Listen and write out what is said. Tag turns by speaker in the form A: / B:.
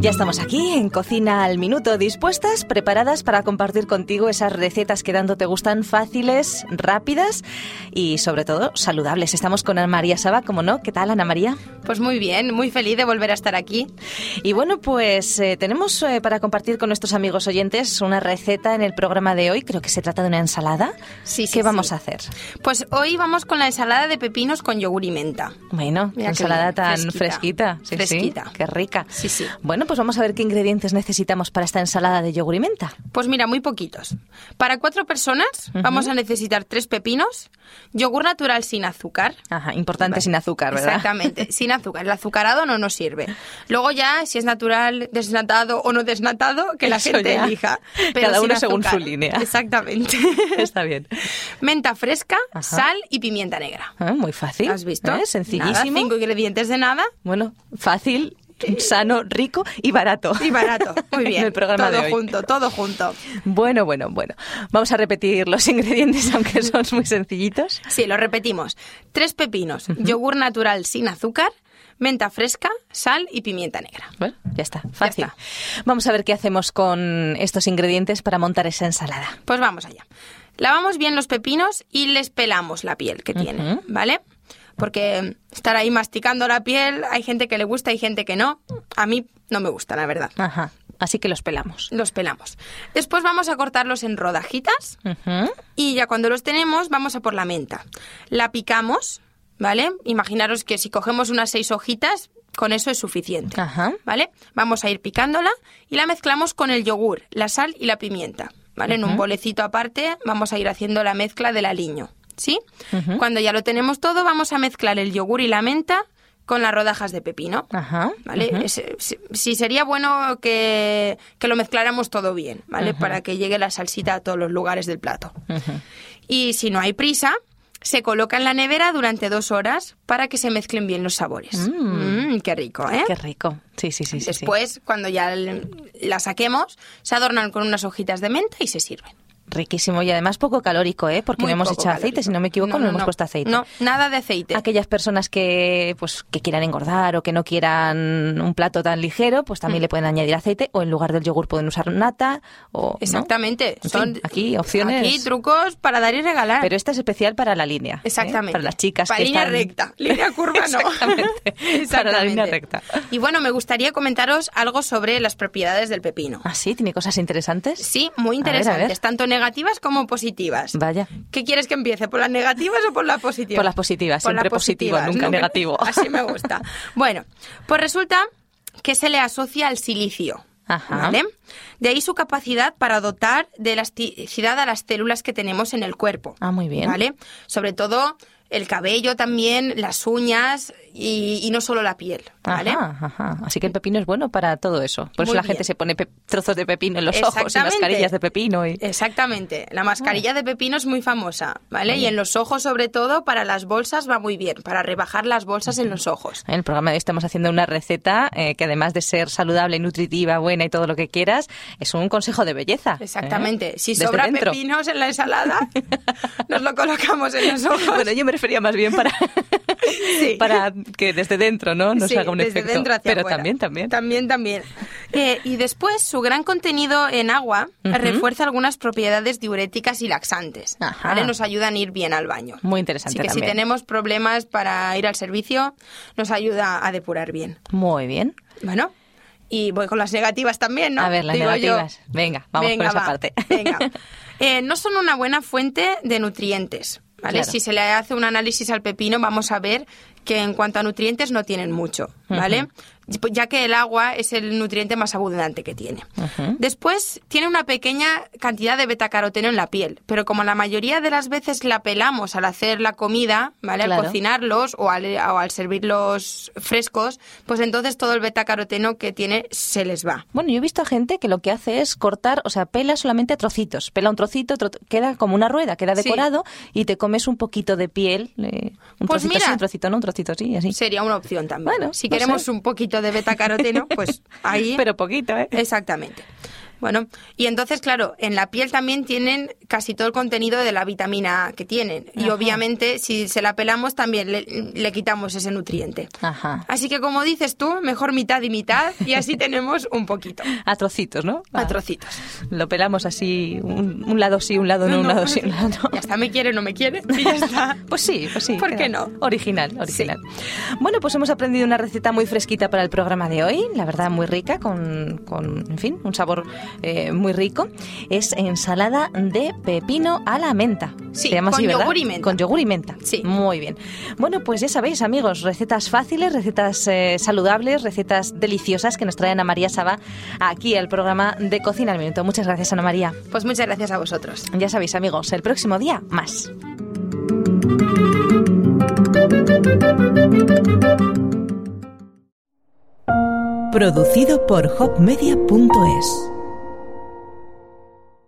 A: Ya estamos aquí en Cocina al Minuto, dispuestas, preparadas para compartir contigo esas recetas que tanto te gustan, fáciles, rápidas y sobre todo saludables. Estamos con Ana María Saba, como no. ¿Qué tal, Ana María?
B: Pues muy bien, muy feliz de volver a estar aquí.
A: Y bueno, pues eh, tenemos eh, para compartir con nuestros amigos oyentes una receta en el programa de hoy. Creo que se trata de una ensalada.
B: Sí, sí,
A: ¿Qué vamos
B: sí.
A: a hacer?
B: Pues hoy vamos con la ensalada de pepinos con yogur y menta.
A: Bueno,
B: Mira
A: qué
B: qué
A: ensalada
B: bien,
A: tan fresquita.
B: fresquita.
A: Sí, sí,
B: Fresquita.
A: qué rica.
B: Sí, sí.
A: Bueno, pues vamos a ver qué ingredientes necesitamos para esta ensalada de yogur y menta.
B: Pues mira, muy poquitos. Para cuatro personas vamos a necesitar tres pepinos, yogur natural sin azúcar.
A: Ajá, importante sin azúcar, ¿verdad?
B: Exactamente, sin azúcar. El azucarado no nos sirve. Luego ya, si es natural, desnatado o no desnatado, que la
A: Eso
B: gente
A: ya.
B: elija.
A: Cada
B: sin
A: uno según
B: azúcar.
A: su línea.
B: Exactamente.
A: Está bien.
B: Menta fresca,
A: Ajá.
B: sal y pimienta negra.
A: Ah, muy fácil.
B: ¿Has visto?
A: ¿eh? Sencillísimo.
B: Nada, cinco ingredientes de nada
A: Bueno, fácil, sano, rico y barato.
B: y barato. Muy bien.
A: En el programa
B: todo
A: de hoy.
B: junto, todo junto.
A: Bueno, bueno, bueno. Vamos a repetir los ingredientes, aunque son muy sencillitos.
B: Sí, lo repetimos. Tres pepinos, yogur natural sin azúcar, menta fresca, sal y pimienta negra.
A: Bueno, ya está, fácil.
B: está.
A: Vamos a ver qué hacemos con estos ingredientes para montar esa ensalada.
B: Pues vamos allá. Lavamos bien los pepinos y les pelamos la piel que tienen, ¿vale? Porque em, estar ahí masticando la piel, hay gente que le gusta, hay gente que no. A mí no me gusta, la verdad.
A: Ajá. Así que los pelamos.
B: Los pelamos. Después vamos a cortarlos en rodajitas
A: Ujú.
B: Y ya cuando los tenemos, vamos a por la menta. La picamos, ¿vale? Imaginaros que si cogemos unas seis hojitas, con eso es suficiente.
A: Ajá.
B: ¿Vale? Vamos a ir picándola y la mezclamos con el yogur, la sal y la pimienta. ¿Vale? En un bolecito aparte vamos a ir haciendo la mezcla del aliño. ¿Sí? Cuando ya lo tenemos todo, vamos a mezclar el yogur y la menta con las rodajas de pepino.
A: Ajá.
B: ¿Vale? Es, eh, si, si sería bueno que, que lo mezcláramos todo bien, ¿vale? Para que llegue la salsita a todos los lugares del plato. Y si no hay prisa, se coloca en la nevera durante dos horas para que se mezclen bien los sabores. Mm, qué rico, ¿eh?
A: Qué rico. Sí, sí, sí. sí, sí.
B: Después, cuando ya el- la saquemos, se adornan con unas hojitas de menta y se sirven.
A: Riquísimo y además poco calórico, ¿eh? Porque
B: Muy
A: no hemos
B: poco
A: echado aceite,
B: calórico.
A: si no me equivoco, no, hemos puesto aceite.
B: No, nada de aceite.
A: Aquellas personas que pues que quieran engordar o que no quieran un plato tan ligero, pues
B: Mm.
A: también le pueden añadir aceite o en lugar del yogur pueden usar nata o ¿no?
B: Exactamente.
A: En fin,
B: Son
A: aquí opciones.
B: Aquí trucos para dar y regalar.
A: Pero esta es especial para la línea. ¿eh?
B: Exactamente.
A: Para las chicas
B: Para
A: que
B: línea
A: están-
B: recta. Línea curva no.
A: Exactamente. Para la línea
B: Exactamente.
A: recta.
B: Y bueno, me gustaría comentaros algo sobre las propiedades del pepino.
A: Ah, sí, tiene cosas interesantes.
B: Sí, muy
A: A ver, a ver.
B: interesantes, tanto negativas como positivas.
A: Vaya.
B: ¿Qué quieres que empiece? ¿Por las negativas o por las positivas?
A: Por las positivas, siempre positivo, nunca negativo.
B: Así me gusta. Bueno, pues resulta que se le asocia al silicio.
A: Ajá.
B: ¿Vale? De ahí su capacidad para dotar de elasticidad a las células que tenemos en el cuerpo.
A: Ah, muy bien.
B: ¿Vale? Sobre todo el cabello también, las uñas y, y no solo la piel. ¿Vale?
A: Ajá, ajá. Así que el pepino es bueno para todo eso. Por eso
B: Muy
A: la
B: bien.
A: gente se pone pe- trozos de pepino en los ojos y
B: Exactamente.
A: mascarillas de pepino. Y...
B: Exactamente. La mascarilla de pepino es muy famosa, ¿vale? Y en los ojos, sobre todo, para las bolsas va muy bien, para rebajar las bolsas en los ojos.
A: En el programa de hoy estamos haciendo una receta eh, que además de ser saludable, nutritiva, buena y todo lo que quieras, es un consejo de belleza. ¿eh?
B: Exactamente. Si
A: Desde
B: sobra
A: dentro.
B: pepinos en la ensalada, nos lo colocamos en los ojos.
A: Bueno, yo me refería más bien para,
B: Sí.
A: para que desde dentro, ¿no? Nos
B: Sí,
A: haga un
B: desde
A: efecto.
B: dentro hacia
A: Pero
B: afuera.
A: también, también.
B: También, también. Eh, y después, su gran contenido en agua refuerza algunas propiedades diuréticas y laxantes.
A: Ajá.
B: ¿vale? Nos ayudan a ir bien al baño.
A: Muy interesante
B: Así que
A: también.
B: si tenemos problemas para ir al servicio, nos ayuda a depurar bien.
A: Muy bien.
B: Bueno, y voy con las negativas también, ¿no?
A: A ver, las
B: Digo yo.
A: negativas. Venga, vamos
B: Venga,
A: con esa
B: va.
A: parte.
B: Venga. Eh, no son una buena fuente de nutrientes, ¿vale?
A: Claro.
B: Si se le hace un análisis al pepino, vamos a ver que en cuanto a nutrientes no tienen mucho, ¿vale? Pues Ya que el agua es el nutriente más abundante que tiene. Después tiene una pequeña cantidad de betacaroteno en la piel, pero como la mayoría de las veces la pelamos al hacer la comida, ¿vale?
A: Claro.
B: Al cocinarlos o al, o al servirlos frescos, pues entonces todo el betacaroteno que tiene se les va.
A: Bueno, yo he visto a gente que lo que hace es cortar, o sea, pela solamente a trocitos. Pela un trocito, otro tro- queda como una rueda, queda
B: Sí.
A: decorado y te comes un poquito de piel. eh, un
B: Pues
A: trocito
B: mira.
A: sí, un trocito no, un trocito sí, así.
B: Sería una opción también.
A: Bueno,
B: si
A: no
B: queremos
A: sé.
B: un poquito de betacaroteno, pues ahí.
A: Pero poquito, ¿eh?
B: Exactamente. Bueno, y entonces, claro, en la piel también tienen casi todo el contenido de la vitamina A que tienen. Y
A: Ajá.
B: obviamente, si se la pelamos, también le, le quitamos ese nutriente.
A: Ajá.
B: Así que, como dices tú, mejor mitad y mitad, y así tenemos un poquito.
A: A trocitos, ¿no?
B: A trocitos.
A: Lo pelamos así, un, un lado sí, un lado no, un lado sí, un lado no.
B: Ya está, me quiere, no me quiere. Y ya está.
A: Pues sí, pues sí.
B: ¿Por
A: queda
B: qué no?
A: Original, original. Bueno, pues hemos aprendido una receta muy fresquita para el programa de hoy, la verdad muy rica, con, con, en fin, un sabor eh, muy rico. Es ensalada de pepino a la menta.
B: Sí,
A: Se llama así,
B: con
A: ¿verdad?
B: yogur y menta.
A: Con yogur y menta.
B: Sí.
A: Muy bien. Bueno, pues ya sabéis, amigos, recetas fáciles, recetas eh, saludables, recetas deliciosas que nos traen a María Saba aquí al programa de Cocina al Minuto. Muchas gracias, Ana María.
B: Pues muchas gracias a vosotros.
A: Ya sabéis, amigos, el próximo día más.
C: Producido por hopmedia.es